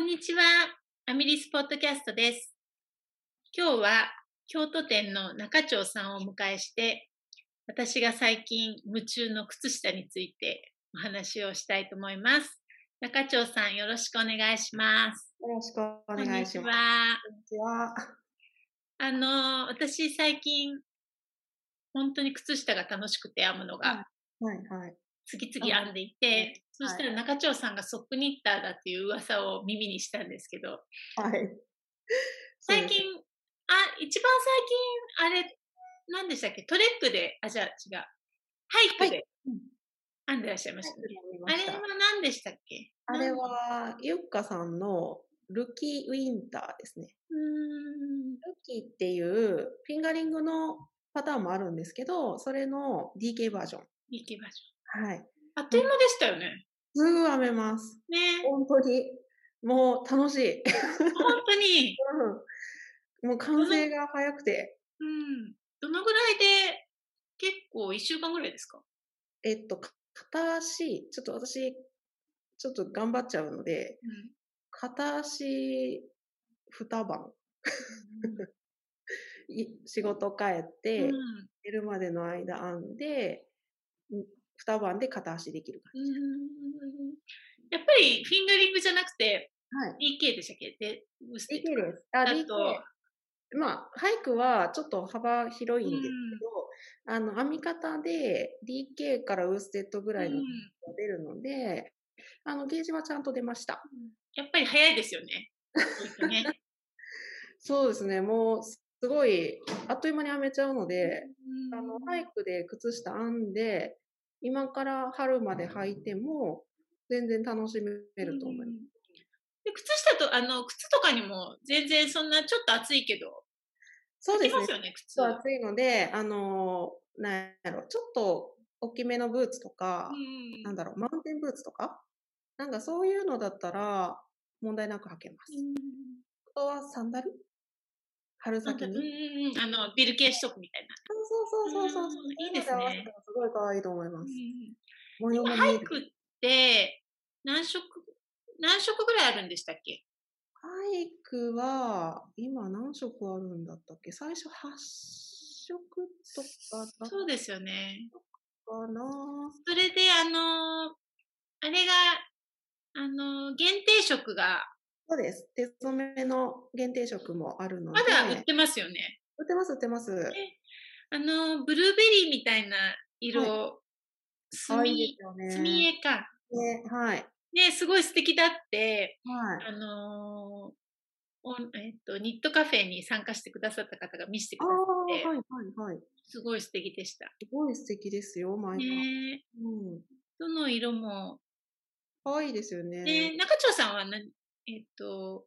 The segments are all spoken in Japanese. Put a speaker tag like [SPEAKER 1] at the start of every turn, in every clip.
[SPEAKER 1] にちは。ファミリスポッドキャストです。今日は京都店の中町さんをお迎えして、私が最近夢中の靴下についてお話をしたいと思います。中町さん、よろしくお願いします。
[SPEAKER 2] よろしくお
[SPEAKER 1] お
[SPEAKER 2] 願いします。
[SPEAKER 1] は。
[SPEAKER 2] こんにちは。
[SPEAKER 1] あの、私最近、本当に靴下が楽しくて編むのが
[SPEAKER 2] はいはい。
[SPEAKER 1] 次々編んでいて、そしたら中町さんがソックニッターだっていう噂を耳にしたんですけど、
[SPEAKER 2] はい。
[SPEAKER 1] 最近、あ、一番最近、あれ、何でしたっけトレックで、あ、じゃあ違う。ハイクで
[SPEAKER 2] うん
[SPEAKER 1] 編んでらっしゃいまし
[SPEAKER 2] そ
[SPEAKER 1] た
[SPEAKER 2] う
[SPEAKER 1] ね。あ
[SPEAKER 2] です
[SPEAKER 1] れは
[SPEAKER 2] ね
[SPEAKER 1] 何でしたっけ
[SPEAKER 2] あれ
[SPEAKER 1] なん
[SPEAKER 2] は、ゆっかさんのルキーウィンターですね。
[SPEAKER 1] うーん。
[SPEAKER 2] ルキーっていうフィンガリングのパターンもあるんですけど、それの DK バージョン。
[SPEAKER 1] 行きまし
[SPEAKER 2] はい。
[SPEAKER 1] ょう。あっという間でしたよね。
[SPEAKER 2] すぐ編めます。
[SPEAKER 1] ね。
[SPEAKER 2] 本当に。もう楽しい。
[SPEAKER 1] 本当に。
[SPEAKER 2] うんもう完成が早くて。
[SPEAKER 1] うん。どのぐらいで、結構1週間ぐらいですか
[SPEAKER 2] えっと、片足、ちょっと私、ちょっと頑張っちゃうので、
[SPEAKER 1] うん。
[SPEAKER 2] 片足二晩い仕事帰って、
[SPEAKER 1] うん
[SPEAKER 2] 寝るまでの間編んでん二晩で片足できる感
[SPEAKER 1] うーんやっぱりフィンガリングじゃなくて、
[SPEAKER 2] はい
[SPEAKER 1] DK でしたっけで、ウステ
[SPEAKER 2] じ。
[SPEAKER 1] ィとか
[SPEAKER 2] です。あ、
[SPEAKER 1] あ
[SPEAKER 2] DK
[SPEAKER 1] と、
[SPEAKER 2] まあ、俳句はちょっと幅広いんです
[SPEAKER 1] うん
[SPEAKER 2] けど、あの、編み方で DK からウーステッドぐらいの
[SPEAKER 1] うん
[SPEAKER 2] が出るので、あの、ゲージはちゃんと出ました。
[SPEAKER 1] やっぱり早いですよね。ね
[SPEAKER 2] そうですね、もう、すごい、あっという間に編めちゃうの で、
[SPEAKER 1] うん
[SPEAKER 2] あの、ハイクで靴下編んで、今から春まで履いても、全然楽しめると思います。
[SPEAKER 1] で靴下とあの靴とかにも全然そんなちょっと暑いけど、
[SPEAKER 2] そうで
[SPEAKER 1] い
[SPEAKER 2] す
[SPEAKER 1] ま
[SPEAKER 2] ね。
[SPEAKER 1] す
[SPEAKER 2] ちょっ
[SPEAKER 1] よね、靴
[SPEAKER 2] と
[SPEAKER 1] は。
[SPEAKER 2] 暑いので、あのー、なんやろ、ちょっと大きめのブーツとか、
[SPEAKER 1] うん
[SPEAKER 2] なんだろう、マウンテンブーツとか、なんかそういうのだったら、問題なく履けます。
[SPEAKER 1] うん
[SPEAKER 2] あとはサンダル春
[SPEAKER 1] なん
[SPEAKER 2] 先
[SPEAKER 1] かうん
[SPEAKER 2] に。
[SPEAKER 1] うんうんあのビル系しとくみたいな。
[SPEAKER 2] そうそうそうそうそう。
[SPEAKER 1] うんいいですね
[SPEAKER 2] そううの合わせたらすごい可愛いと思います。模様
[SPEAKER 1] うん
[SPEAKER 2] も
[SPEAKER 1] うん
[SPEAKER 2] 見
[SPEAKER 1] ハ
[SPEAKER 2] え
[SPEAKER 1] イ
[SPEAKER 2] る
[SPEAKER 1] クって何色何色ぐらいあるんでしたっけ
[SPEAKER 2] ハイクは、今何色あるんだったっけ最初8色とかだっ
[SPEAKER 1] そうですよね。
[SPEAKER 2] たかな
[SPEAKER 1] それであのあれがあの限定色が
[SPEAKER 2] そうです。手染めの限定色もあるので。
[SPEAKER 1] まだ売
[SPEAKER 2] 売
[SPEAKER 1] ってますよね。
[SPEAKER 2] ってます、売ってます。
[SPEAKER 1] あの、ブルーベリーみたいな色、
[SPEAKER 2] 可愛
[SPEAKER 1] 墨、
[SPEAKER 2] いですよ
[SPEAKER 1] 墨
[SPEAKER 2] ね。
[SPEAKER 1] 絵か。
[SPEAKER 2] ねはい。
[SPEAKER 1] ね、すごい素敵だって、
[SPEAKER 2] はい。
[SPEAKER 1] あのーおえっと、ニットカフェに参加してくださった方が見せてく
[SPEAKER 2] あ
[SPEAKER 1] だ
[SPEAKER 2] あ、
[SPEAKER 1] さ
[SPEAKER 2] はい、
[SPEAKER 1] って、
[SPEAKER 2] はい、はい。
[SPEAKER 1] すごい素敵でした。
[SPEAKER 2] すごい素敵ですよ、前が。
[SPEAKER 1] ね
[SPEAKER 2] うん。
[SPEAKER 1] どの色も。
[SPEAKER 2] 可愛いですよね。
[SPEAKER 1] ね、中町さんは何、えっと、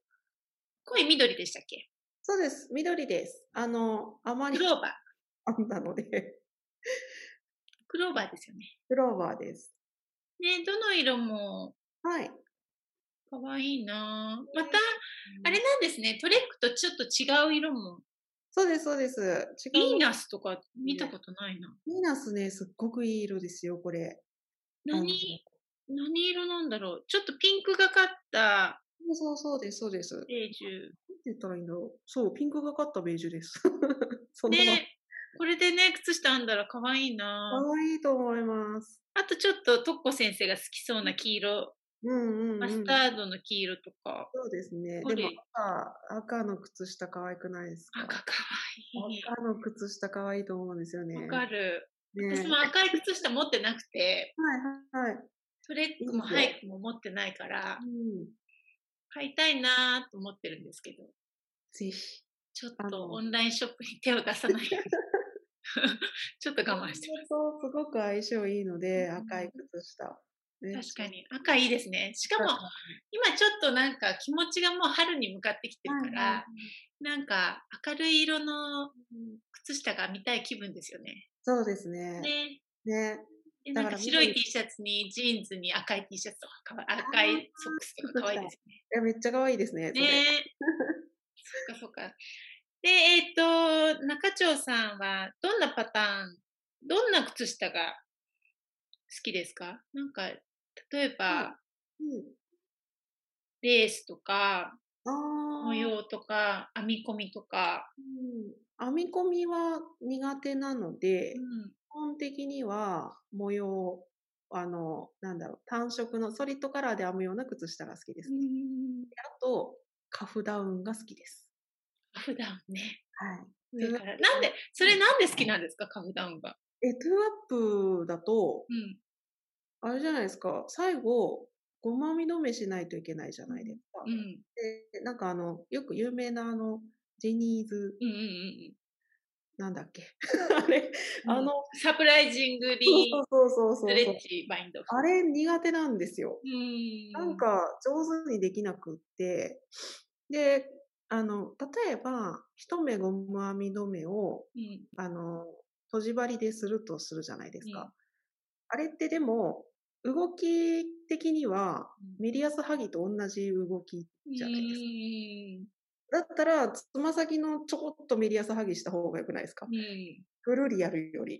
[SPEAKER 1] 濃い緑でしたっけ
[SPEAKER 2] そうです。緑です。あの、あまり
[SPEAKER 1] クローバー。
[SPEAKER 2] 編んだので、
[SPEAKER 1] クローバーですよね。
[SPEAKER 2] クローバーです。
[SPEAKER 1] ね、どの色も
[SPEAKER 2] はい。
[SPEAKER 1] 可愛いなぁまた、あれなんですね、トレックとちょっと違う色も。
[SPEAKER 2] そうです、そうです。違
[SPEAKER 1] ヴィ
[SPEAKER 2] う
[SPEAKER 1] ーナスとか見たことないな。
[SPEAKER 2] ヴィーナスね、すっごくいい色ですよ、これ。
[SPEAKER 1] 何、何色なんだろう。ちょっとピンクがかった
[SPEAKER 2] そうそうそうです、そうです。なんて
[SPEAKER 1] ベージュ。
[SPEAKER 2] 言ったらいいんだろう。そう、ピンクがかったベージュです。 そのまま。
[SPEAKER 1] ね、これでね、靴下編んだら可愛い
[SPEAKER 2] か
[SPEAKER 1] なぁ
[SPEAKER 2] わいいと思います。
[SPEAKER 1] あとちょっとトッコ先生が好きそうな黄色、
[SPEAKER 2] うんうん、う
[SPEAKER 1] マス
[SPEAKER 2] ん。
[SPEAKER 1] タードの黄色とか。
[SPEAKER 2] そうですね。
[SPEAKER 1] これ
[SPEAKER 2] でも赤、赤の靴下可愛くないですか
[SPEAKER 1] 赤かわいい。
[SPEAKER 2] 赤の靴下可愛いと思うんですよね。
[SPEAKER 1] わかる。
[SPEAKER 2] ね
[SPEAKER 1] 私も赤い靴下持ってなくて、
[SPEAKER 2] はいはいはい。
[SPEAKER 1] トレックも
[SPEAKER 2] いいです
[SPEAKER 1] ハ
[SPEAKER 2] よ
[SPEAKER 1] イクも持ってないから
[SPEAKER 2] う、ん、
[SPEAKER 1] 買いたいなぁと思ってるんですけど、
[SPEAKER 2] ぜひ。
[SPEAKER 1] ちょっ
[SPEAKER 2] あ
[SPEAKER 1] と
[SPEAKER 2] の
[SPEAKER 1] オンラインショップに手 を出さないようにちょっと我慢してます。
[SPEAKER 2] そう、すごく相性いいので、
[SPEAKER 1] うん
[SPEAKER 2] 赤い靴下。ね
[SPEAKER 1] 確かに赤いいですね。しかも
[SPEAKER 2] はい
[SPEAKER 1] 今ちょっとなんか気持ちがもう春に向かってきてるから、
[SPEAKER 2] はいはい
[SPEAKER 1] なんか明るい色の靴下が見たい気分ですよね。
[SPEAKER 2] そうですね。
[SPEAKER 1] ね。
[SPEAKER 2] ね。
[SPEAKER 1] で
[SPEAKER 2] だ
[SPEAKER 1] なん
[SPEAKER 2] から
[SPEAKER 1] か白い
[SPEAKER 2] 緑
[SPEAKER 1] T シャツにジーンズに赤い T シャツとかかわ赤
[SPEAKER 2] あー
[SPEAKER 1] いソックスとか可愛いです
[SPEAKER 2] いやめっちゃ可愛いですね。
[SPEAKER 1] よね。
[SPEAKER 2] それ
[SPEAKER 1] ね。そっかそっか。で、えっ、と、中町さんはどんなパターン、どんな靴下が好きですかなんか、例えば、
[SPEAKER 2] うん
[SPEAKER 1] レースとか、
[SPEAKER 2] ああ。
[SPEAKER 1] 模様とか、編み込みとか。
[SPEAKER 2] うん編み込みは苦手なので、
[SPEAKER 1] うん
[SPEAKER 2] 基本的には模様、あの、なんだろう、単色のソリッドカラーで編むような靴下が好きです。あと、カフダウンが好きです。
[SPEAKER 1] カフダウンね。
[SPEAKER 2] はい。
[SPEAKER 1] だからなんで、それなんで好きなんですか、カフダウンが。
[SPEAKER 2] え、トゥーアップだと、
[SPEAKER 1] うん。
[SPEAKER 2] あれじゃないですか、最後、ごまみ止めしないといけないじゃないですか。
[SPEAKER 1] うん。
[SPEAKER 2] で、なんかあの、よく有名なあの、ジェニーズ、
[SPEAKER 1] うんうんうん
[SPEAKER 2] なんだっけ。 あれ、
[SPEAKER 1] うん。
[SPEAKER 2] あの、
[SPEAKER 1] サプライジングリー
[SPEAKER 2] そうそ
[SPEAKER 1] ス
[SPEAKER 2] うそうそ
[SPEAKER 1] ト
[SPEAKER 2] う
[SPEAKER 1] レ
[SPEAKER 2] そう
[SPEAKER 1] ッ。チバインド。
[SPEAKER 2] あれ苦手なんですよ。
[SPEAKER 1] うん。
[SPEAKER 2] なん、か上手にできなくって。で、あの、例えば、一目ゴム編み止めを、
[SPEAKER 1] うん。
[SPEAKER 2] あの、閉じ針でするとするじゃないですか。
[SPEAKER 1] うん
[SPEAKER 2] あれってでも、動き的には、
[SPEAKER 1] うん
[SPEAKER 2] メリアスハギと同じ動き。じゃないです
[SPEAKER 1] うん
[SPEAKER 2] だったら、つま先のちょこっとメリアスハギした方が良くないですか
[SPEAKER 1] うん。
[SPEAKER 2] ぐるりやるより。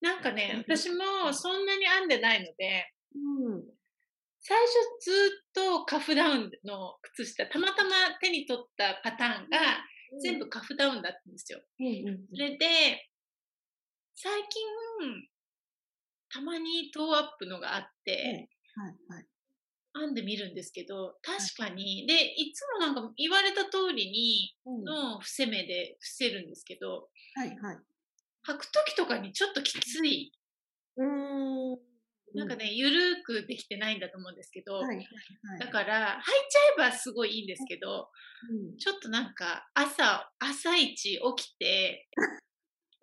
[SPEAKER 1] なんかね、私もそんなに編んでないので、
[SPEAKER 2] うん。
[SPEAKER 1] 最初ずっとカフダウンの靴下、たまたま手に取ったパターンが全部、カフダウンだったんですよ。
[SPEAKER 2] うんうん
[SPEAKER 1] それで、最近、たまにトーアップのがあって、
[SPEAKER 2] はいはい。
[SPEAKER 1] 編んでみるんですけど、確かに、で、いつもなんか言われた通りに、
[SPEAKER 2] うんは
[SPEAKER 1] の伏せ目で伏せるんですけど、
[SPEAKER 2] いはい。
[SPEAKER 1] 履く時とかにちょっときつい、
[SPEAKER 2] うーん。
[SPEAKER 1] なんかね、ゆるーくできてないんだと思うんですけど、
[SPEAKER 2] はいはいはい。
[SPEAKER 1] だから、履いちゃえばすごいいいんですけど、
[SPEAKER 2] うん
[SPEAKER 1] ちょっとなんか、朝、朝一起き て、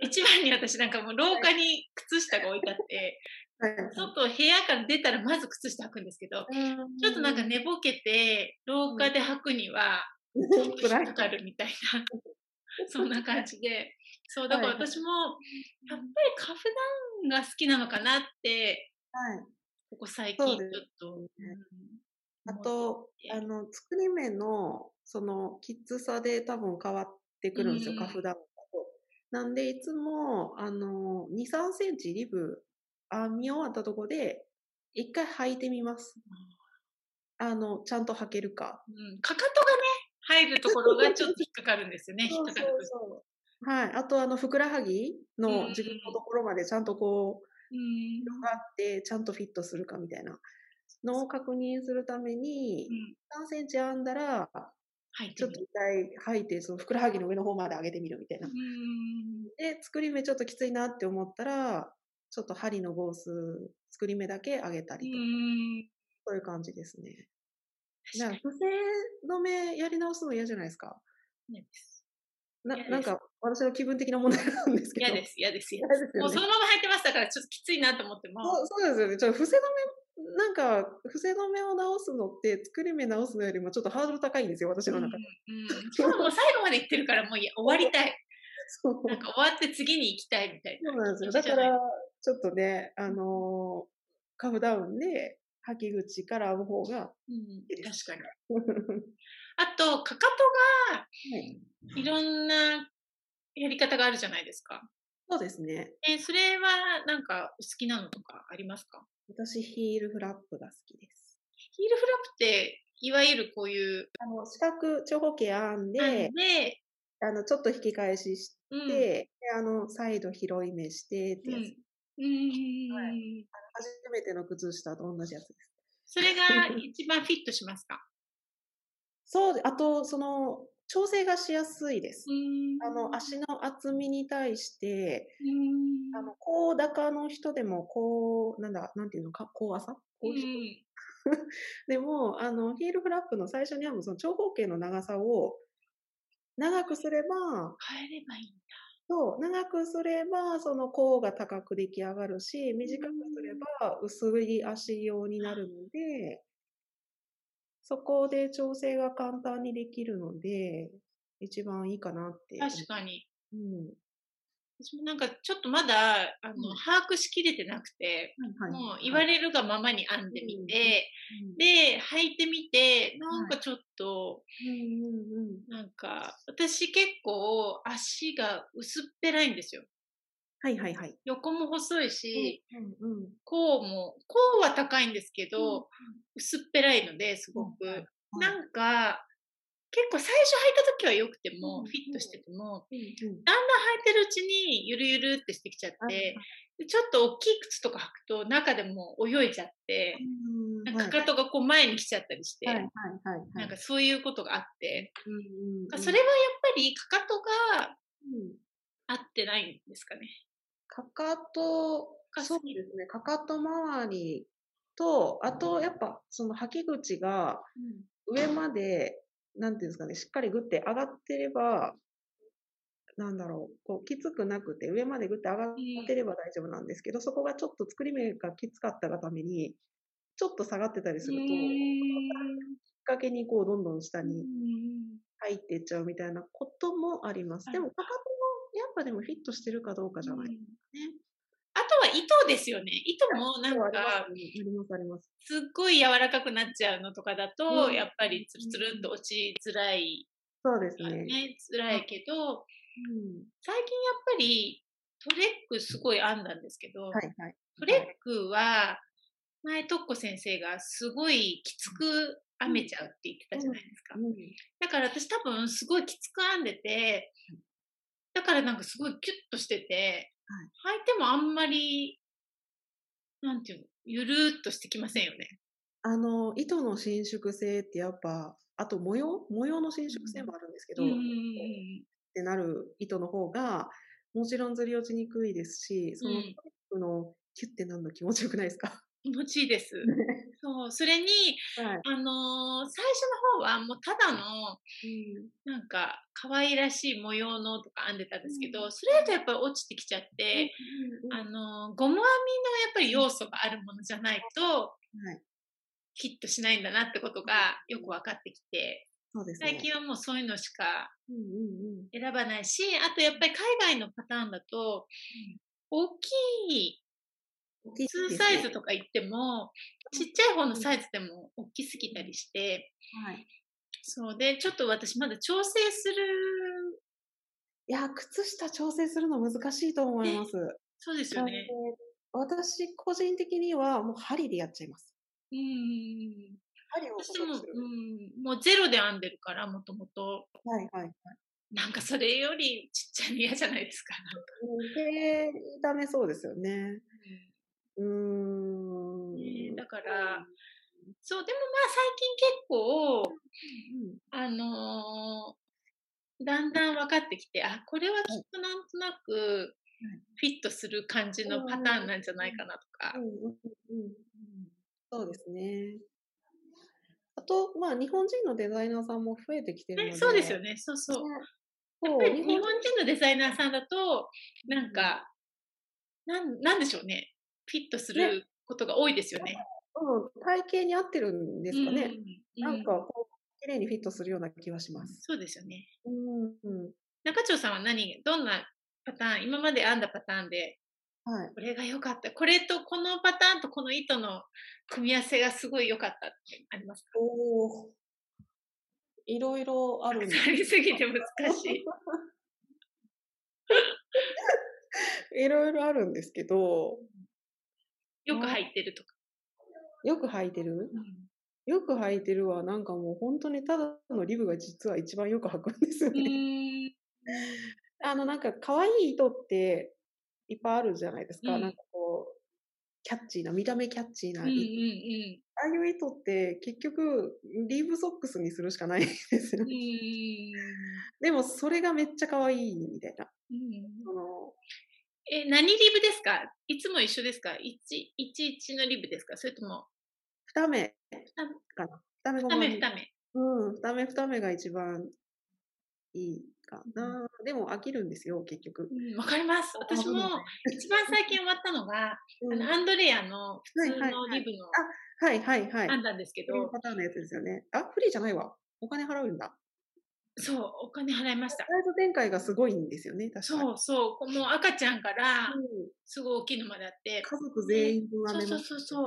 [SPEAKER 1] 一番に私なんかもう廊下に靴下が置いてあって、
[SPEAKER 2] はいはい
[SPEAKER 1] 外、部屋から出たらまず靴下履くんですけど、ちょっとなんか寝ぼけて、廊下で履くには、ちょっと引っかかるみたいな、そんな感じで。そう、だから
[SPEAKER 2] はいはい
[SPEAKER 1] 私も、やっぱりカフダウンが好きなのかなって、
[SPEAKER 2] はい。
[SPEAKER 1] ここ最近ちょ
[SPEAKER 2] そ
[SPEAKER 1] っ
[SPEAKER 2] うです
[SPEAKER 1] と。
[SPEAKER 2] ね
[SPEAKER 1] うん
[SPEAKER 2] あと、あの、作り目の、その、きつさで多分変わってくるんですよ、
[SPEAKER 1] うん
[SPEAKER 2] カフダウンだと。なんで、いつも、あの、2、3センチリブ編み終わったとこで、一回履いてみます。あの、ちゃんと履けるか。
[SPEAKER 1] うん、かかとがね、入るところがちょっと引っかかるんですよね、引っかかると。
[SPEAKER 2] そう。はい。あと、あの、ふくらはぎ
[SPEAKER 1] うん
[SPEAKER 2] の自分のところまでちゃんとこう、
[SPEAKER 1] うん
[SPEAKER 2] 広がって、ちゃんとフィットするかみたいなのを確認するために、
[SPEAKER 1] うん
[SPEAKER 2] 3センチ編んだら、
[SPEAKER 1] 入って
[SPEAKER 2] ちょっ
[SPEAKER 1] み
[SPEAKER 2] と
[SPEAKER 1] る
[SPEAKER 2] 一回吐いて、そのふくらはぎの上の方まで上げてみるみたいな。
[SPEAKER 1] うん
[SPEAKER 2] で、作り目ちょっときついなって思ったら、ちょっと針のゴース、作り目だけ上げた
[SPEAKER 1] う
[SPEAKER 2] りと
[SPEAKER 1] ん
[SPEAKER 2] か、そういう感じですね。
[SPEAKER 1] 確
[SPEAKER 2] なん
[SPEAKER 1] か
[SPEAKER 2] か、不正の目やり直すの嫌じゃないですか。
[SPEAKER 1] にです
[SPEAKER 2] な
[SPEAKER 1] 嫌です
[SPEAKER 2] なんか、私の気分的な問題なんですけど。
[SPEAKER 1] 嫌です、嫌です、嫌
[SPEAKER 2] 嫌
[SPEAKER 1] で
[SPEAKER 2] です
[SPEAKER 1] す。も
[SPEAKER 2] よ
[SPEAKER 1] う
[SPEAKER 2] ね。
[SPEAKER 1] そのまま入ってましたから、ちょっときついなと思っても、
[SPEAKER 2] そうそうですよね。ちょっと伏せ止め、なんか、伏せ止めを直すのって、作り目直すのよりもちょっとハードル高いんですよ、私の中で。
[SPEAKER 1] うんうんしかももう最後まで行ってるから、もういや終わりたい。
[SPEAKER 2] そう
[SPEAKER 1] なんか終わって次に行きたいみたい
[SPEAKER 2] そうなんです よ。
[SPEAKER 1] 一緒
[SPEAKER 2] だ
[SPEAKER 1] じ
[SPEAKER 2] か
[SPEAKER 1] ゃない
[SPEAKER 2] ら、ちょっとね、あのーカフダウンで、吐き口から編む方が、
[SPEAKER 1] な。
[SPEAKER 2] いいです
[SPEAKER 1] 確かに。
[SPEAKER 2] は
[SPEAKER 1] あと、かか
[SPEAKER 2] い、
[SPEAKER 1] とがいろんなやり方があるじゃないですか。
[SPEAKER 2] そうですね。
[SPEAKER 1] えそれはなんかお好きなのとかありますか
[SPEAKER 2] 私、ヒールフラップが好きです。
[SPEAKER 1] ヒールフラップって、いわゆるこういう、
[SPEAKER 2] あの、四角、長方形編ん
[SPEAKER 1] で
[SPEAKER 2] で、、あの、ちょっと引き返しし
[SPEAKER 1] うん。
[SPEAKER 2] て、であの、再度広い目して、って
[SPEAKER 1] う
[SPEAKER 2] やつ、
[SPEAKER 1] ん。うん
[SPEAKER 2] は初めての靴下と同じやつです。
[SPEAKER 1] それが一番フィットします か
[SPEAKER 2] そうで、あと、その、調整がしやすいです。あの、
[SPEAKER 1] 足
[SPEAKER 2] 足の厚みに対して、
[SPEAKER 1] うん
[SPEAKER 2] あの、高高の人でも、高、なんだ、なんていうのか、高浅高
[SPEAKER 1] う
[SPEAKER 2] 低
[SPEAKER 1] ん
[SPEAKER 2] でも、あの、ヒールフラップの最初にはもうその長方形の長さを長くすれば、
[SPEAKER 1] 変えればいいんだ。
[SPEAKER 2] そう、長くすれば、その甲が高く出来上がるし、短くすれば薄い足用になるので、そこで調整が簡単にできるので、一番いいかなって。
[SPEAKER 1] 確かに。
[SPEAKER 2] うん。
[SPEAKER 1] 私もなんかちょっとまだあの、
[SPEAKER 2] うん
[SPEAKER 1] 把握しきれてなくて、
[SPEAKER 2] はい
[SPEAKER 1] もう言わ
[SPEAKER 2] れ、
[SPEAKER 1] れるがままに編んでみて、
[SPEAKER 2] うん、
[SPEAKER 1] で、履いてみて、なんかちょっと、
[SPEAKER 2] うんうんうん。
[SPEAKER 1] なんか、私結構足が薄っぺらいんですよ。
[SPEAKER 2] はいはいはい。
[SPEAKER 1] 横も細いし、
[SPEAKER 2] うんうん。
[SPEAKER 1] こうも、こうは高いんですけど、
[SPEAKER 2] うん
[SPEAKER 1] 薄っぺらいのですごく。
[SPEAKER 2] うんうんうん
[SPEAKER 1] なんか、結構最初履いた時は良くても、
[SPEAKER 2] うん
[SPEAKER 1] フィットしてても、
[SPEAKER 2] うんうん
[SPEAKER 1] だんだん履いてるうちにゆるゆるってしてきちゃっ
[SPEAKER 2] はい
[SPEAKER 1] て、でちょっと大きい靴とか履くと中でも泳いじゃって、
[SPEAKER 2] うん
[SPEAKER 1] なんかかかとがこう前に来ちゃったりして、
[SPEAKER 2] はいはいはいはい。
[SPEAKER 1] なんかそういうことがあって、
[SPEAKER 2] うんうんうん、
[SPEAKER 1] それはやっぱりかかとが
[SPEAKER 2] うん
[SPEAKER 1] 合ってないんですかね。
[SPEAKER 2] かかと、
[SPEAKER 1] が
[SPEAKER 2] そう
[SPEAKER 1] 好き
[SPEAKER 2] ですね、かかと周りと、あとやっぱその履き口が上まで、なんていうんですかね、しっかりグって上がってれば、なんだろう、こうきつくなくて、上までグって上がってれば大丈夫なんですけど、そこがちょっと作り目がきつかったがために、ちょっと下がってたりすると、きっかけにこうどんどん下に入っていっちゃうみたいなこともあります。
[SPEAKER 1] はい
[SPEAKER 2] でも、かかともやっぱでもフィットしてるかどうかじゃない
[SPEAKER 1] うんあとは糸ですよね。糸もなん
[SPEAKER 2] あります
[SPEAKER 1] か、
[SPEAKER 2] あります、あります。
[SPEAKER 1] すっごい柔らかくなっちゃうのとかだと、
[SPEAKER 2] うん
[SPEAKER 1] やっぱりつるつるんと落ちづらい、
[SPEAKER 2] そうですね。
[SPEAKER 1] ね、辛いけど、
[SPEAKER 2] うん
[SPEAKER 1] 最近やっぱりトレックすごい編んだんですけど、
[SPEAKER 2] はいはい。
[SPEAKER 1] トレックは前とっこ先生がすごいきつく編めちゃうって言ってたじゃないですか。
[SPEAKER 2] うん
[SPEAKER 1] だから私多分すごいきつく編んでて、だからなんかすごいキュッとしてて、履いてもあんまり、なんていうの、ゆるーっとしてきませんよね。
[SPEAKER 2] あの、糸の伸縮性ってやっぱ、あと模様模様の伸縮性もあるんですけど、
[SPEAKER 1] うんうんう
[SPEAKER 2] っ
[SPEAKER 1] ん
[SPEAKER 2] てなる糸の方が、もちろんずり落ちにくいですし、その、
[SPEAKER 1] う
[SPEAKER 2] ト
[SPEAKER 1] ん
[SPEAKER 2] リックのキュッてなるの気持ちよくないですか
[SPEAKER 1] 気持ちいい です。そう、それに、
[SPEAKER 2] はい。
[SPEAKER 1] あのー最初の方はもうただの、なんか、可愛らしい模様のとか編んでたんですけど、
[SPEAKER 2] うん
[SPEAKER 1] それだとやっぱり落ちてきちゃって、
[SPEAKER 2] うん
[SPEAKER 1] あのーゴム編みのやっぱり要素があるものじゃないと、
[SPEAKER 2] はい
[SPEAKER 1] ヒットしないんだなってことがよく分かってきて、
[SPEAKER 2] そうですね。
[SPEAKER 1] 最近はもうそういうのしか
[SPEAKER 2] うんうんうん
[SPEAKER 1] 選ばないし、あとやっぱり海外のパターンだと、大きい
[SPEAKER 2] 大きいですね
[SPEAKER 1] 2サイズとか言っても、ちっちゃい方のサイズでも大きすぎたりして、
[SPEAKER 2] はい。
[SPEAKER 1] そうで、ちょっと私まだ調整する、
[SPEAKER 2] いや、靴下調整するの難しいと思います。
[SPEAKER 1] そうですよね。
[SPEAKER 2] 私、個人的には、もう針でやっちゃいます。
[SPEAKER 1] うん。
[SPEAKER 2] 針を
[SPEAKER 1] 私
[SPEAKER 2] 細
[SPEAKER 1] も、
[SPEAKER 2] く
[SPEAKER 1] う
[SPEAKER 2] する。
[SPEAKER 1] ん、もうゼロで編んでるから、もともと。
[SPEAKER 2] はいはい。
[SPEAKER 1] なんかそれよりちっちゃいの嫌じゃないですか。
[SPEAKER 2] 手痛めそうですよね。うーん。
[SPEAKER 1] ねだから、そう、でもまあ最近結構、あのーだんだん分かってきて、あ、これはきっとなんとなくフィットする感じのパターンなんじゃないかなとか
[SPEAKER 2] うん、。うんうんうんそうですね。あと、まあ、日本人のデザイナーさんも増えてきてるの
[SPEAKER 1] ね、
[SPEAKER 2] で。
[SPEAKER 1] そうですよ
[SPEAKER 2] ね。
[SPEAKER 1] ね。そうそう。や
[SPEAKER 2] そ
[SPEAKER 1] っ
[SPEAKER 2] う、
[SPEAKER 1] ぱり
[SPEAKER 2] 日
[SPEAKER 1] 日
[SPEAKER 2] 本
[SPEAKER 1] 本
[SPEAKER 2] 人
[SPEAKER 1] 人のデザイナーさんだと、なんか、なんなんでしょうね。フィットすることが多いですよね。
[SPEAKER 2] うん、体型に合ってるんですかね。
[SPEAKER 1] うん
[SPEAKER 2] なんか、こう、綺麗にフィットするような気はします。
[SPEAKER 1] そうですよね。
[SPEAKER 2] うん。うん
[SPEAKER 1] 中長さんは何、どんなパターン、今まで編んだパターンで、
[SPEAKER 2] はい。
[SPEAKER 1] これが良かった。これとこのパターンとこの糸の組み合わせがすごい良かったってありますか
[SPEAKER 2] おーいろいろあるんです
[SPEAKER 1] ありすぎて難しい。
[SPEAKER 2] いろいろあるんですけど、
[SPEAKER 1] よく入ってるとか。
[SPEAKER 2] よく履いてるよく履いてるは、なんかもう本当にただのリブが実は一番よく履くんですよ
[SPEAKER 1] う
[SPEAKER 2] ね。
[SPEAKER 1] ん。
[SPEAKER 2] あの、なんか可愛い糸っていっぱいあるじゃないですか。
[SPEAKER 1] うん
[SPEAKER 2] なんかこう、キャッチーな、見た目キャッチーな、
[SPEAKER 1] うんうんうん。
[SPEAKER 2] ああいう糸って結局リーブソックスにするしかないんですよ
[SPEAKER 1] う。ん
[SPEAKER 2] でもそれがめっちゃ可愛いみたいな。
[SPEAKER 1] うん
[SPEAKER 2] その
[SPEAKER 1] え、何リブですかいつも一緒ですか ?111 のリブですかそれとも、
[SPEAKER 2] 二目かな。二目
[SPEAKER 1] 2
[SPEAKER 2] が
[SPEAKER 1] 目2目。
[SPEAKER 2] うん、二目二目が一番いいかな。でも飽きるんですよ、結局。
[SPEAKER 1] うんわかります。私
[SPEAKER 2] そう
[SPEAKER 1] も
[SPEAKER 2] なんだ
[SPEAKER 1] 一番最近終わったのが、あ
[SPEAKER 2] うん
[SPEAKER 1] のアンドレアの普通
[SPEAKER 2] はい
[SPEAKER 1] の
[SPEAKER 2] はい
[SPEAKER 1] リブの
[SPEAKER 2] はいはいはい。
[SPEAKER 1] 編んだんですけ
[SPEAKER 2] フリー
[SPEAKER 1] ど、
[SPEAKER 2] パターンのやつですよね。あ、フリーじゃないわ。お金払うんだ。
[SPEAKER 1] そう、お金払いました。
[SPEAKER 2] サイズ展開がすごいんですよね、確かに。
[SPEAKER 1] そうそう、こうもう赤ちゃんから
[SPEAKER 2] うん
[SPEAKER 1] すごい大きいのまであって、
[SPEAKER 2] 家族全員分
[SPEAKER 1] そう
[SPEAKER 2] 編め
[SPEAKER 1] そう
[SPEAKER 2] ます。
[SPEAKER 1] そうそう、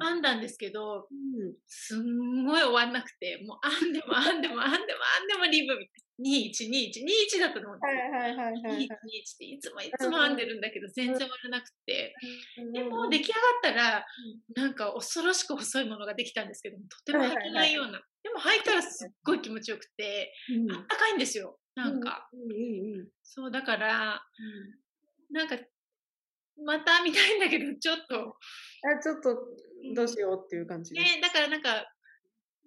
[SPEAKER 2] は
[SPEAKER 1] 編んだんですけど、
[SPEAKER 2] うん
[SPEAKER 1] すんごい終わんなくて、もう編んでも編んでも編んでも編んでもリブみ212121だったと思うんですよ。
[SPEAKER 2] はいはいはいはいはい
[SPEAKER 1] 2121っていつもいつも編んでるんだけど全然終わらなくて。でも出来上がったら、なんか恐ろしく細いものができたんですけども、とても履けないような。でも履いたらすっごい気持ちよくて、
[SPEAKER 2] うん
[SPEAKER 1] あったかいんですよ。なんか。
[SPEAKER 2] うんうんうん
[SPEAKER 1] そう、だから、なんか、また見たいんだけど、ちょっと。
[SPEAKER 2] あちょっとどうしようっていう感じです。
[SPEAKER 1] ね、だからなんか、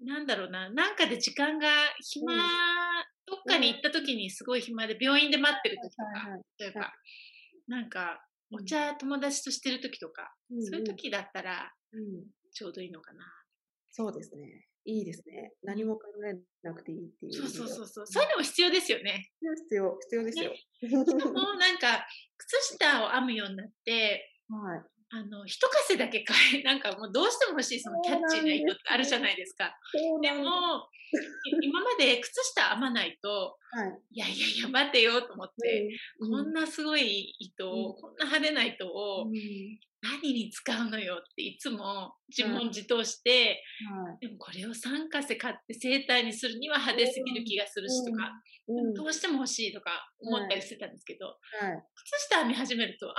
[SPEAKER 1] なんだろうな、なんかで時間が暇、
[SPEAKER 2] うん
[SPEAKER 1] どっかに行った時にすごい暇で、病院で待ってる時と
[SPEAKER 2] はい
[SPEAKER 1] か、
[SPEAKER 2] はい
[SPEAKER 1] 例え
[SPEAKER 2] は
[SPEAKER 1] ば、なんか、
[SPEAKER 2] うん
[SPEAKER 1] お茶友達としてる時とか、そういう時だったら
[SPEAKER 2] うんうん
[SPEAKER 1] ちょうどいいのかな。
[SPEAKER 2] そうですね。いいですね。何も考えなくていいっていう。
[SPEAKER 1] そうそうそうそう。そういうのも必要ですよね。
[SPEAKER 2] 必要、必要ですよ。
[SPEAKER 1] しかもなんか、靴下を編むようになって、
[SPEAKER 2] はい。
[SPEAKER 1] あの、一かせだけ変え、なんかもうどうしても欲しいそのキャッチーな糸ってあるじゃないですか。
[SPEAKER 2] そう
[SPEAKER 1] で
[SPEAKER 2] なん
[SPEAKER 1] も、い今まで靴下編まないと、
[SPEAKER 2] はい。
[SPEAKER 1] いやいやいや、待てよと思って、
[SPEAKER 2] うん
[SPEAKER 1] こんなすごい糸を、
[SPEAKER 2] うん
[SPEAKER 1] こんな派手な糸を
[SPEAKER 2] うん
[SPEAKER 1] 何に使うのよっていつも自問自答して、
[SPEAKER 2] は
[SPEAKER 1] で
[SPEAKER 2] い。
[SPEAKER 1] もこれを3カセ買ってセーターにするには派手すぎる気がするしとか、
[SPEAKER 2] うん
[SPEAKER 1] どうしても欲しいとか思ったりしてたんですけど、
[SPEAKER 2] はい。
[SPEAKER 1] 靴下編み始めると、あ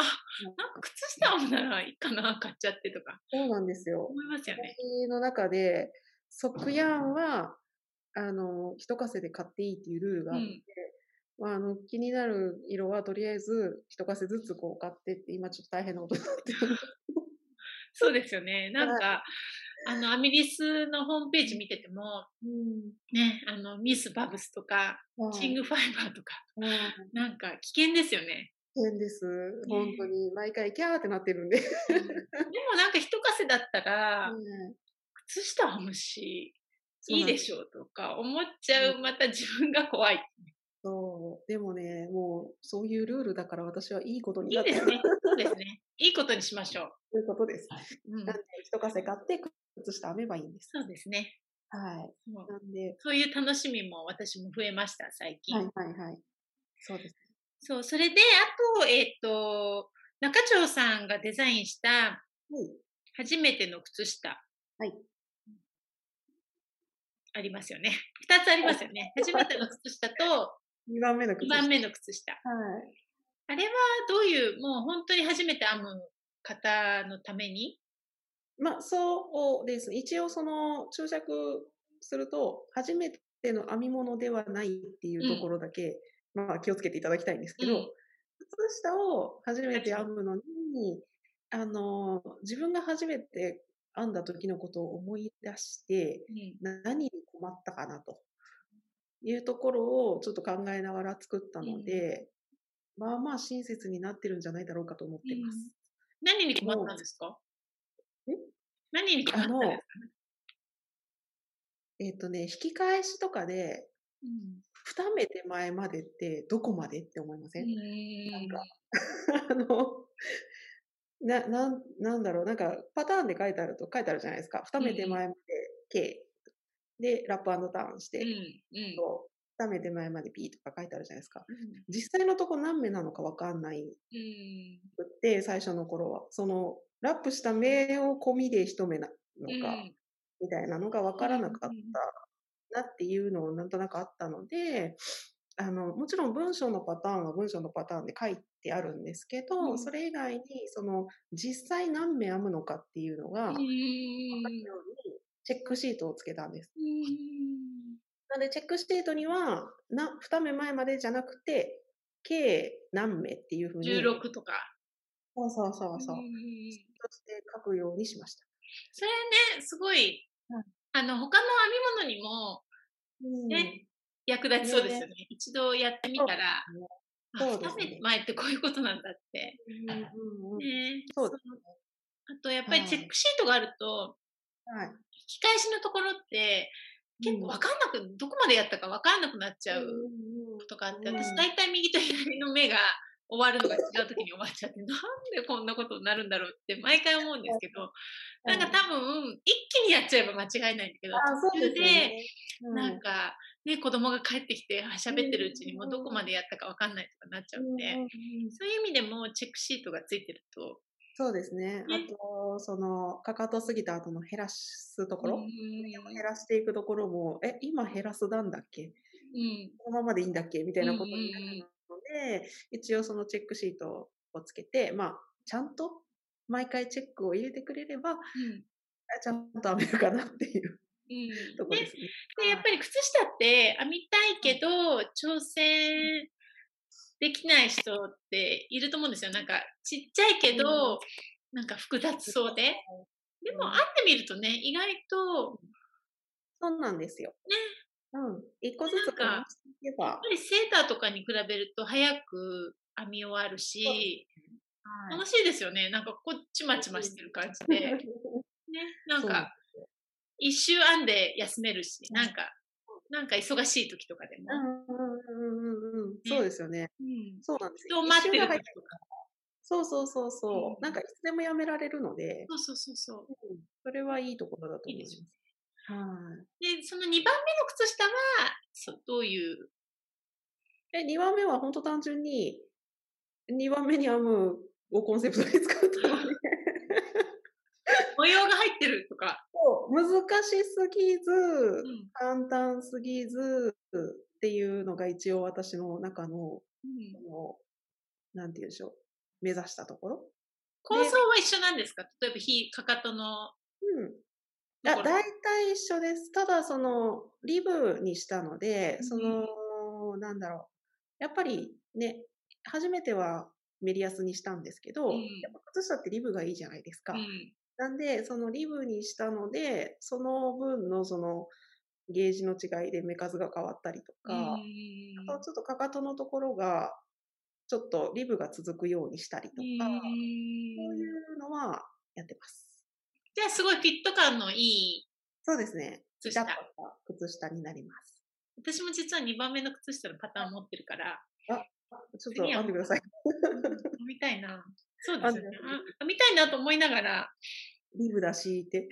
[SPEAKER 2] うん、
[SPEAKER 1] なんか靴下編むならいいかな、買っちゃってとか
[SPEAKER 2] そうなんですよ。
[SPEAKER 1] 思いますよね。
[SPEAKER 2] 私の中で、ソックヤーンは、あの、一稼で買っていいっていうルールがあって、まあ、あの気になる色はとりあえず一稼ずつこう買ってって、今ちょっと大変 なことになってる。
[SPEAKER 1] そうですよね。なんか、あの、アミリスのホームページ見てても、ね、あの、ミス・バブスとか、
[SPEAKER 2] うん
[SPEAKER 1] チング・ファイバーとか、
[SPEAKER 2] はいはい
[SPEAKER 1] なんか危険ですよね。
[SPEAKER 2] 大変です。本当に。毎回、キャーってなってるんで。
[SPEAKER 1] でもなんか一稼だったら、
[SPEAKER 2] うん
[SPEAKER 1] 靴下はむし、
[SPEAKER 2] そう
[SPEAKER 1] い
[SPEAKER 2] ないんで
[SPEAKER 1] でしょうとか思っちゃう、また自分が怖い。
[SPEAKER 2] そう。でもね、もう、そういうルールだから私はいいことに
[SPEAKER 1] い
[SPEAKER 2] ないって
[SPEAKER 1] で
[SPEAKER 2] る
[SPEAKER 1] すね。そうですね。いいことにしましょ
[SPEAKER 2] ということです。
[SPEAKER 1] う。うん
[SPEAKER 2] なん、で、一稼買って、靴下編めばいいんです。
[SPEAKER 1] そうですね。
[SPEAKER 2] はい。
[SPEAKER 1] もう
[SPEAKER 2] なんで、
[SPEAKER 1] そういう楽しみも私も増えました、最近。
[SPEAKER 2] はいはいはい。そうです。
[SPEAKER 1] そう、それで、あと、えっ、と、中町さんがデザインした
[SPEAKER 2] はい。
[SPEAKER 1] 初めての靴下。
[SPEAKER 2] はい。
[SPEAKER 1] ありますよね。二つありますよね。初めての靴下と、
[SPEAKER 2] 2番目の靴
[SPEAKER 1] 二
[SPEAKER 2] 下。
[SPEAKER 1] 番目の靴下。
[SPEAKER 2] はい。
[SPEAKER 1] あれはどういう、もう本当に初めて編む方のために
[SPEAKER 2] まあ、そうです。一応、その、注釈すると、初めての編み物ではないっていうところだけ、まあ、気をつけていただきたいんですけど、
[SPEAKER 1] うん
[SPEAKER 2] 靴下を初めて編むのに、あの、自分が初めて編んだ時のことを思い出して、
[SPEAKER 1] うん
[SPEAKER 2] な何に困ったかなというところをちょっと考えながら作ったので、まあまあ親切になってるんじゃないだろうかと思ってます。
[SPEAKER 1] 何に困ったんですか
[SPEAKER 2] ん
[SPEAKER 1] 何に困ったんですか、
[SPEAKER 2] えっ、とね、引き返しとかで、
[SPEAKER 1] うん
[SPEAKER 2] 二目手前までってどこまでって思いません、
[SPEAKER 1] うん
[SPEAKER 2] なんか あの、な、なん、なんだろう、なんかパターンで書いてあると書いてあるじゃないですか。二目手前まで K。で、ラップターンして、
[SPEAKER 1] うん
[SPEAKER 2] と二目手前まで P とか書いてあるじゃないですか。
[SPEAKER 1] うん
[SPEAKER 2] 実際のとこ何目なのかわかんない
[SPEAKER 1] うん
[SPEAKER 2] くって、最初の頃は。その、ラップした目を込みで一目なのか、
[SPEAKER 1] うん
[SPEAKER 2] みたいなのが分からなかっ
[SPEAKER 1] うんうんうん
[SPEAKER 2] たなっていうのをなんとなくあったので、あの、もちろん文章のパターンは文章のパターンで書いてあるんですけど、
[SPEAKER 1] うん
[SPEAKER 2] それ以外に、その、実際何目編むのかっていうのが、
[SPEAKER 1] うん
[SPEAKER 2] 分かるように、チェックシートをつけたんです。
[SPEAKER 1] うん
[SPEAKER 2] なので、チェックシートには、な、二目前までじゃなくて、計何目っていうふうに。
[SPEAKER 1] 16とか。
[SPEAKER 2] そうそうそうそう。
[SPEAKER 1] ん
[SPEAKER 2] そして書くようにしました。
[SPEAKER 1] それね、すごい、
[SPEAKER 2] うん
[SPEAKER 1] あの、他の編み物にもね役立ちそうですよね。一度やってみたら、あ
[SPEAKER 2] そうで
[SPEAKER 1] 二
[SPEAKER 2] すね
[SPEAKER 1] 目前ってこういうことなんだって。
[SPEAKER 2] うんうんうんうん
[SPEAKER 1] ね
[SPEAKER 2] そうで
[SPEAKER 1] のあと、やっぱり
[SPEAKER 2] はい
[SPEAKER 1] チェックシートがあると、
[SPEAKER 2] はい。
[SPEAKER 1] 引き返しのところって、結構わかんなく、どこまでやったかわかんなくなっちゃうことがあって、
[SPEAKER 2] うん
[SPEAKER 1] 私大体右と左の目が終わるのが違う時に終わっちゃって、なんでこんなことになるんだろうって毎回思うんですけど、なんか多分、一気にやっちゃえば間違いないんだけど、
[SPEAKER 2] あ、そう
[SPEAKER 1] 途中
[SPEAKER 2] です
[SPEAKER 1] で、
[SPEAKER 2] よね。うん
[SPEAKER 1] なんか、ね、子供が帰ってきて、あ喋ってるうちにもうどこまでやったかわかんないとかなっちゃう
[SPEAKER 2] うんんうん
[SPEAKER 1] で、
[SPEAKER 2] うん
[SPEAKER 1] そういう意味でもチェックシートがついてると、
[SPEAKER 2] そうです
[SPEAKER 1] ね
[SPEAKER 2] ね。あと、その、かかと過ぎた後の減らすとこ
[SPEAKER 1] う
[SPEAKER 2] ろ
[SPEAKER 1] ん、
[SPEAKER 2] 減らしていくところも、え、今減らすなんだっけ
[SPEAKER 1] うん。
[SPEAKER 2] このままでいいんだっけみたいなことにな
[SPEAKER 1] うんうんうん
[SPEAKER 2] るので、一応そのチェックシートをつけて、まあ、ちゃんと毎回チェックを入れてくれれば、あ
[SPEAKER 1] うん。
[SPEAKER 2] ちゃんと編めるかなっていう
[SPEAKER 1] うん
[SPEAKER 2] ところ
[SPEAKER 1] ね
[SPEAKER 2] ですね。
[SPEAKER 1] で、やっぱり靴下って編みたいけど、挑戦できない人っていると思うんですよ。なんか、ちっちゃいけど、なんか複雑そうで。でも、
[SPEAKER 2] うん
[SPEAKER 1] 編んでみるとね、意外と、
[SPEAKER 2] そうなんですよ。
[SPEAKER 1] ね。
[SPEAKER 2] うん。一個ずつ
[SPEAKER 1] なんか
[SPEAKER 2] こなしていけば
[SPEAKER 1] やっぱ。りセーターとかに比べると早く編み終わる
[SPEAKER 2] そうで
[SPEAKER 1] し、
[SPEAKER 2] はい
[SPEAKER 1] 楽しいですよね。なんか、こっちまちましてる感じで。ね、なん
[SPEAKER 2] そうなんで
[SPEAKER 1] か、一周編んで休めるし、
[SPEAKER 2] うん
[SPEAKER 1] なんか、なんか忙しい時とかでも。
[SPEAKER 2] うんうんうんうんうん。そうですよね。
[SPEAKER 1] うん
[SPEAKER 2] そうなんです
[SPEAKER 1] 人
[SPEAKER 2] よ。
[SPEAKER 1] を待ってる
[SPEAKER 2] 一瞬が
[SPEAKER 1] 時
[SPEAKER 2] 早い
[SPEAKER 1] とか。
[SPEAKER 2] そうそうそう
[SPEAKER 1] う
[SPEAKER 2] そ
[SPEAKER 1] ん
[SPEAKER 2] う。なんかいつでもやめられるので、
[SPEAKER 1] そうそうそうそう。
[SPEAKER 2] うんそれはいいところだと
[SPEAKER 1] いい
[SPEAKER 2] 思い
[SPEAKER 1] で
[SPEAKER 2] ます
[SPEAKER 1] よ
[SPEAKER 2] す
[SPEAKER 1] ね。。
[SPEAKER 2] はい。
[SPEAKER 1] で、その2番目の靴下は、そうどう いう、
[SPEAKER 2] え、2番目は本当単純に、2番目に編むをコンセプトで作ったので、
[SPEAKER 1] 模様が入ってるとか。
[SPEAKER 2] 難しすぎ
[SPEAKER 1] う
[SPEAKER 2] ず、
[SPEAKER 1] ん。
[SPEAKER 2] 簡単すぎずっていうのが一応私の中の、
[SPEAKER 1] うん
[SPEAKER 2] そのなんて言うんでしょう、目指したところ。
[SPEAKER 1] 構想は一緒なんですか例えば、ひ、かかとの
[SPEAKER 2] うん。
[SPEAKER 1] と
[SPEAKER 2] だ
[SPEAKER 1] ころ。
[SPEAKER 2] 大体一緒です。ただ、その、リブにしたので、そ
[SPEAKER 1] うん
[SPEAKER 2] の、なんだろう。やっぱりね、初めてはメリアスにしたんですけど、
[SPEAKER 1] うん
[SPEAKER 2] やっぱ靴下ってリブがいいじゃないですか。
[SPEAKER 1] うん。
[SPEAKER 2] なんで、そのリブにしたので、その分のそのゲージの違いで目数が変わったりと
[SPEAKER 1] うん
[SPEAKER 2] か、あとちょっとかかとのところが、ちょっとリブが続くようにしたりとか、そういうのはやってます。
[SPEAKER 1] じゃあ、すごいフィット感のいい
[SPEAKER 2] そうですね。
[SPEAKER 1] 靴
[SPEAKER 2] ジャ
[SPEAKER 1] 下
[SPEAKER 2] ッ。パと靴下になります。
[SPEAKER 1] 私も実は2番目の靴下のパターン持ってるから、
[SPEAKER 2] ちょっ
[SPEAKER 1] 次
[SPEAKER 2] と
[SPEAKER 1] は
[SPEAKER 2] 編んでください。
[SPEAKER 1] 編みたいな。そうですよね
[SPEAKER 2] 編んで。
[SPEAKER 1] あ編みたいなと思いながら、
[SPEAKER 2] リブだしって。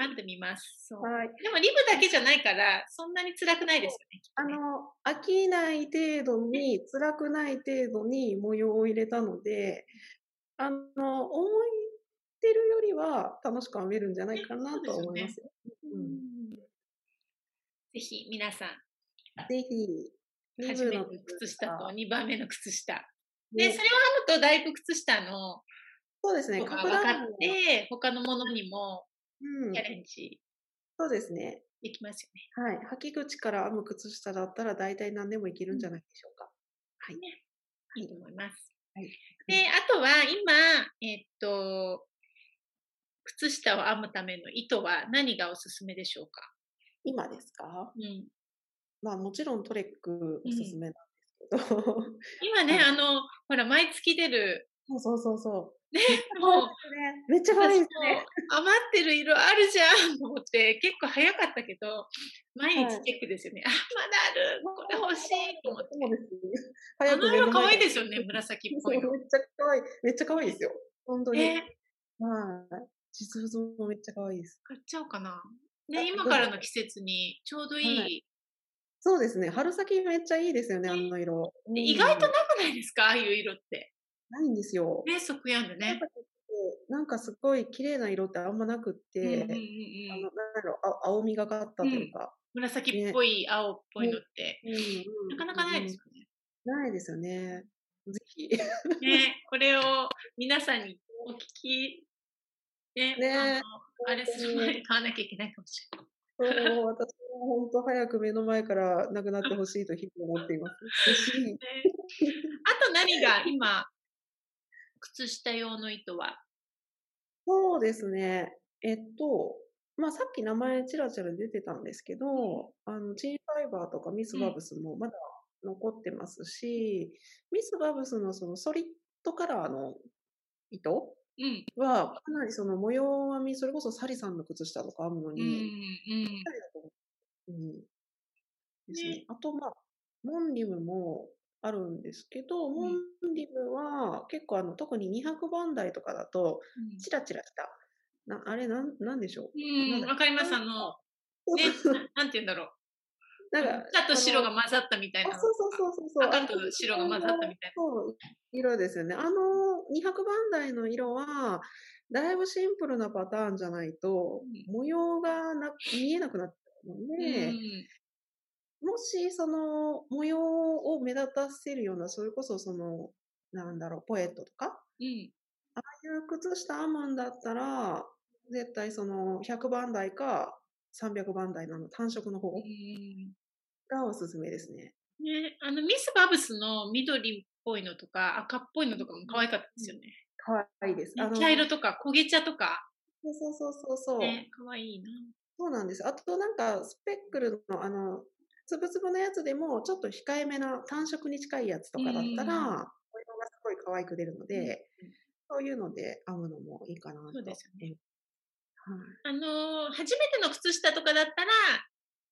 [SPEAKER 1] 編んでみます。そう。
[SPEAKER 2] はい。
[SPEAKER 1] でも、リブだけじゃないから、そんなに辛くないですよねきっ
[SPEAKER 2] あ
[SPEAKER 1] とね。
[SPEAKER 2] の、飽きない程度に、辛くない程度に模様を入れたので、あの、思ってるよりは楽しく編めるんじゃないかなとは思いますよ。うん
[SPEAKER 1] ぜひ皆さん、
[SPEAKER 2] ぜひ、リ
[SPEAKER 1] 初めて
[SPEAKER 2] ブ
[SPEAKER 1] の
[SPEAKER 2] の
[SPEAKER 1] 靴下と2番目の靴下。で、そ
[SPEAKER 2] ね
[SPEAKER 1] れを編むとだいぶ靴下の
[SPEAKER 2] そうですね、
[SPEAKER 1] 効果が
[SPEAKER 2] 格
[SPEAKER 1] 分か
[SPEAKER 2] 段
[SPEAKER 1] っ
[SPEAKER 2] も、
[SPEAKER 1] て、他のものにも
[SPEAKER 2] うん
[SPEAKER 1] チャ、レンジ
[SPEAKER 2] そうですね。
[SPEAKER 1] できますよね。
[SPEAKER 2] はい。履き口から編む靴下だったら大体何でもいけるんじゃないでしょうか。
[SPEAKER 1] いいと思います。
[SPEAKER 2] はい
[SPEAKER 1] で、あとは今、えっと、靴下を編むための糸は何がおすすめでしょうか
[SPEAKER 2] 今ですか
[SPEAKER 1] うん、
[SPEAKER 2] まあもちろんトレック
[SPEAKER 1] う
[SPEAKER 2] お
[SPEAKER 1] ん
[SPEAKER 2] すすめなんですけど。
[SPEAKER 1] 今ね、
[SPEAKER 2] はい
[SPEAKER 1] あの、ほら、毎月出 る、
[SPEAKER 2] そうそうそうそ
[SPEAKER 1] もう、
[SPEAKER 2] う。 めっちゃ悪
[SPEAKER 1] 私
[SPEAKER 2] い
[SPEAKER 1] も
[SPEAKER 2] ですね。
[SPEAKER 1] 余ってる色あるじゃんと思って、結構早かったけど、毎
[SPEAKER 2] は
[SPEAKER 1] 日
[SPEAKER 2] い
[SPEAKER 1] チェックですよね。あ、まだあるこれ欲しいと思って。
[SPEAKER 2] そうです。
[SPEAKER 1] あ
[SPEAKER 2] 早
[SPEAKER 1] の
[SPEAKER 2] く目
[SPEAKER 1] 色
[SPEAKER 2] の
[SPEAKER 1] 可
[SPEAKER 2] 前
[SPEAKER 1] 愛い
[SPEAKER 2] で
[SPEAKER 1] ですよね、紫っぽ
[SPEAKER 2] そう
[SPEAKER 1] い
[SPEAKER 2] め
[SPEAKER 1] の。
[SPEAKER 2] っちゃ可愛い。めっちゃ可愛いですよ。本当に。
[SPEAKER 1] ね、
[SPEAKER 2] はい。実物もめっちゃ可愛いです。
[SPEAKER 1] 買っちゃおうかな。
[SPEAKER 2] あ
[SPEAKER 1] ね、今
[SPEAKER 2] どうぞ
[SPEAKER 1] からの季節にちょうどいい。
[SPEAKER 2] はそうですね。春先めっちゃいいですよね、あの色。
[SPEAKER 1] で意外と
[SPEAKER 2] うん
[SPEAKER 1] なくないですかああいう色って。
[SPEAKER 2] ないんですよ。
[SPEAKER 1] ね、即やんで
[SPEAKER 2] やっ
[SPEAKER 1] ね
[SPEAKER 2] ぱ。りなんかすごい綺麗な色ってあんまなくっ
[SPEAKER 1] うんうんう
[SPEAKER 2] て、あの、なん
[SPEAKER 1] ん
[SPEAKER 2] だろう、あ青みがかったというか。
[SPEAKER 1] 紫っぽい、青っぽいのって、な
[SPEAKER 2] な
[SPEAKER 1] かなかないですよね。
[SPEAKER 2] ないですよね。ぜひ。
[SPEAKER 1] ね、これを皆さんにお聞き、ね、
[SPEAKER 2] ね
[SPEAKER 1] あの、あれする前に買わなきゃいけないかもしれない。
[SPEAKER 2] そう、私も本当早く目の前からなくなってほしいと日々思っています。 嬉しい。
[SPEAKER 1] ねあと何が今、靴下用の糸は。
[SPEAKER 2] そうですね。えっと、まあさっき名前ちらちら出てたんですけど、あの、チーファイバーとかミスバブスもまだ残ってますし、ミスバブスのそのソリッドカラーの糸
[SPEAKER 1] うん。
[SPEAKER 2] は、かなりその模様編み、それこそサリさんの靴下とか編むの
[SPEAKER 1] うん。う
[SPEAKER 2] に、
[SPEAKER 1] ん。
[SPEAKER 2] だと思ううん。です
[SPEAKER 1] ね
[SPEAKER 2] ね。あと、まあ、モンリムもあるんですけど、モンリムは結構あの、特に200番台とかだと、
[SPEAKER 1] うん
[SPEAKER 2] チラチラした、なあれなん、なんでしょう。
[SPEAKER 1] うん
[SPEAKER 2] なんだっけ
[SPEAKER 1] わかります。あの、 ね、ななんて言うんだろう。
[SPEAKER 2] なんか、
[SPEAKER 1] 赤と白が
[SPEAKER 2] あ
[SPEAKER 1] 混ざったみたいな
[SPEAKER 2] の。
[SPEAKER 1] の
[SPEAKER 2] あ、
[SPEAKER 1] と
[SPEAKER 2] そ
[SPEAKER 1] か
[SPEAKER 2] うそうそうそうそう。
[SPEAKER 1] 赤と白が混ざったみたいな。
[SPEAKER 2] そう、色ですよね。あの、200番台の色は、だいぶシンプルなパターンじゃないと
[SPEAKER 1] う、
[SPEAKER 2] 模様がな見えなくなっちゃうの
[SPEAKER 1] う
[SPEAKER 2] で、
[SPEAKER 1] ん
[SPEAKER 2] もし、その、模様を目立たせるような、それこそ、その、なんだろう、ポエットとか、
[SPEAKER 1] うん。
[SPEAKER 2] ああいう靴下編むんだったら、絶対その、100番台か300番台なの単色の方
[SPEAKER 1] うん
[SPEAKER 2] がおすすめですね。
[SPEAKER 1] ね、あのミス・バブスの緑っぽいのとか赤っぽいのとかも可愛かったですよね。
[SPEAKER 2] かわいいです。あの
[SPEAKER 1] 茶色とか焦げ茶とか、
[SPEAKER 2] そうそうそうそうそう。
[SPEAKER 1] ね、可愛いな。
[SPEAKER 2] そうなんです。あとなんか、スペックルの、あの、つぶつぶのやつでも、ちょっと控えめな単色に近いやつとかだっ
[SPEAKER 1] う
[SPEAKER 2] たら、模
[SPEAKER 1] ん
[SPEAKER 2] 様がすごい可愛く出るので、そういうので編むのもいいかなと。
[SPEAKER 1] そうですよね
[SPEAKER 2] はい。
[SPEAKER 1] あのー初めての靴下とかだったら、
[SPEAKER 2] うん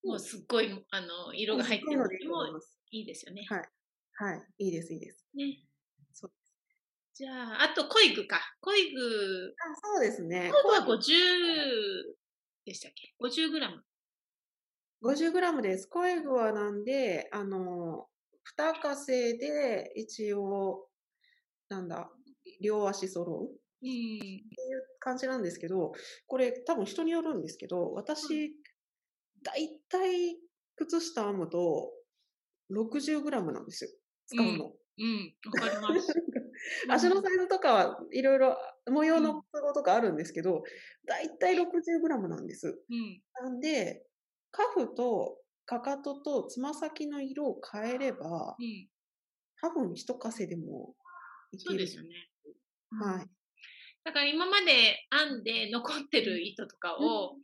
[SPEAKER 1] もうすっごいあの色が入ってる
[SPEAKER 2] そ
[SPEAKER 1] の
[SPEAKER 2] ういう
[SPEAKER 1] に
[SPEAKER 2] のでいいと思い
[SPEAKER 1] も
[SPEAKER 2] ます。
[SPEAKER 1] いいですよね。
[SPEAKER 2] はい。いいです、いいです。
[SPEAKER 1] ね
[SPEAKER 2] そう
[SPEAKER 1] じゃあ、あとコイグか。コイグ、
[SPEAKER 2] あそうですね。
[SPEAKER 1] コイグは50でしたっけ ?50 グラム。
[SPEAKER 2] 50g です。コエグはなんで、あの、二かせで一応、なんだ、両足揃う
[SPEAKER 1] うん。
[SPEAKER 2] 感じなんですけど、これ多分人によるんですけど、私、だいたい靴下編むと 60g なんですよ。使うの。
[SPEAKER 1] うん。わかり ます。
[SPEAKER 2] 足の
[SPEAKER 1] うん
[SPEAKER 2] サイズとかはいろいろ模様
[SPEAKER 1] うん
[SPEAKER 2] の都合とかあるんですけど、だいたい 60g なんです。
[SPEAKER 1] うん。
[SPEAKER 2] なんで、カフとかかととつま先の色を変えれば、
[SPEAKER 1] うん。
[SPEAKER 2] 多分一稼でもいけ
[SPEAKER 1] そう
[SPEAKER 2] る。
[SPEAKER 1] ですよね。
[SPEAKER 2] はい。
[SPEAKER 1] だから今まで編んで残ってる糸とかを、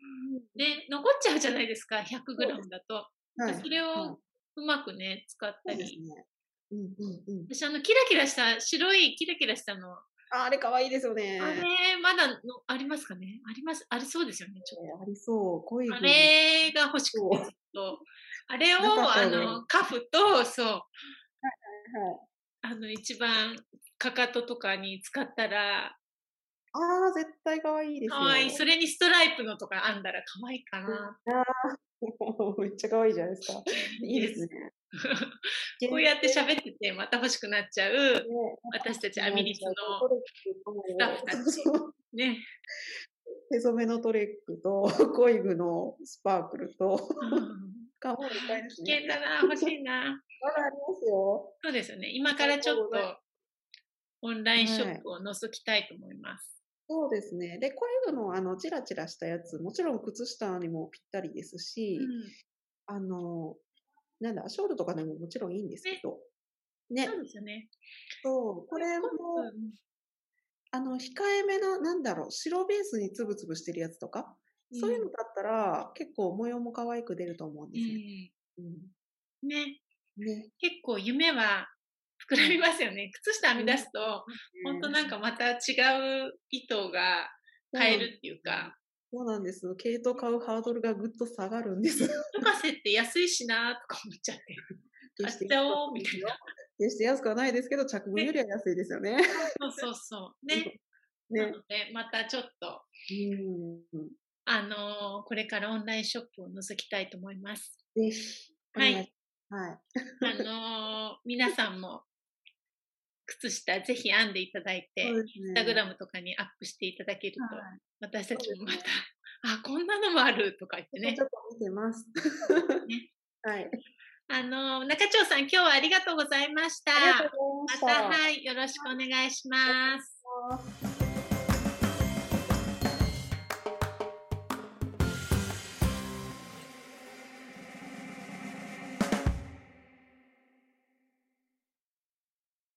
[SPEAKER 1] ね、残っちゃうじゃないですか、100グラムだと。
[SPEAKER 2] はい。
[SPEAKER 1] それ
[SPEAKER 2] はいう
[SPEAKER 1] をうまくね、使った
[SPEAKER 2] そうです
[SPEAKER 1] り。
[SPEAKER 2] ね。うんうんうん。
[SPEAKER 1] 私、あの、キラキラした、白いキラキラしたの、
[SPEAKER 2] ああれ可愛いですよね。
[SPEAKER 1] あれ、まだのありますかねあります、ありそうですよね、ちょっ
[SPEAKER 2] ありそう。恋
[SPEAKER 1] と。
[SPEAKER 2] が
[SPEAKER 1] あれが欲しくて、ずっと。あれを、
[SPEAKER 2] なかった
[SPEAKER 1] あ
[SPEAKER 2] よね
[SPEAKER 1] の、カフと、そう、
[SPEAKER 2] はい。
[SPEAKER 1] あの、一番、かかととかに使ったら、
[SPEAKER 2] ああ、絶対可愛いですよ。
[SPEAKER 1] かわいい。それにストライプのとか編んだらかわいいかな。
[SPEAKER 2] めっちゃ可愛いじゃないで すか。いいですね。
[SPEAKER 1] こうやって喋ってて、また欲しくなっちゃう、
[SPEAKER 2] ね
[SPEAKER 1] 私たちアミリスの
[SPEAKER 2] トレックと
[SPEAKER 1] スタッフたち
[SPEAKER 2] そう
[SPEAKER 1] ね。
[SPEAKER 2] 手染めのトレックと、コイグのスパークルと、
[SPEAKER 1] うん
[SPEAKER 2] かわいいで
[SPEAKER 1] 危
[SPEAKER 2] すね。
[SPEAKER 1] 険だな、欲しいな。
[SPEAKER 2] まだありますよ。
[SPEAKER 1] そうですよね。今からちょっと
[SPEAKER 2] ありがとうございま、
[SPEAKER 1] オンラインショップを覗きたいと思います。
[SPEAKER 2] そうですね。で、コエグのあの、チラチラしたやつ、もちろん靴下にもぴったりですし、
[SPEAKER 1] うん
[SPEAKER 2] あの、なんだ、ショールとかでももちろんいいんですけど、ね、
[SPEAKER 1] そうですよね。
[SPEAKER 2] そう、これも、
[SPEAKER 1] うん
[SPEAKER 2] あの、控えめな、なんだろう、白ベースにつぶつぶしてるやつとか、そういうのだったら、結構模様も可愛く出ると思うん
[SPEAKER 1] う
[SPEAKER 2] ですね。
[SPEAKER 1] ん
[SPEAKER 2] うん
[SPEAKER 1] ね、
[SPEAKER 2] ね。
[SPEAKER 1] 結構夢は膨らみますよね。靴下編み出すと、本当なん
[SPEAKER 2] か
[SPEAKER 1] かまた違う糸が買えるっていうか、
[SPEAKER 2] そうなんです。毛糸買うハードルがぐっと下がる んです。
[SPEAKER 1] 博士って安いしなとか思っちゃって。
[SPEAKER 2] 決して
[SPEAKER 1] 買っちゃおうみたいな。
[SPEAKER 2] 決して安くはないですけど、着分よりは安いです よね。
[SPEAKER 1] そうそうそう。ね。な
[SPEAKER 2] ね。
[SPEAKER 1] ので、またちょっと、
[SPEAKER 2] うん。
[SPEAKER 1] あのーこれからオンラインショップを覗きたいと思います。
[SPEAKER 2] ぜひ。
[SPEAKER 1] はい
[SPEAKER 2] お願します。はい。
[SPEAKER 1] あのー皆さんも靴下ぜひ編んでいただいて、
[SPEAKER 2] そうです
[SPEAKER 1] イン
[SPEAKER 2] ね
[SPEAKER 1] スタグラムとかにアップしていただけると、
[SPEAKER 2] は
[SPEAKER 1] 私たちもまた、
[SPEAKER 2] そうで
[SPEAKER 1] あ、こんなのもあるとか言って
[SPEAKER 2] いもう
[SPEAKER 1] ね
[SPEAKER 2] ちょ。っと見てます。
[SPEAKER 1] ね
[SPEAKER 2] はい。
[SPEAKER 1] あのー中長さん、今日はありがとうございました。
[SPEAKER 2] ありがとうございました。
[SPEAKER 1] また、はい、よろしくお願いします。
[SPEAKER 2] た。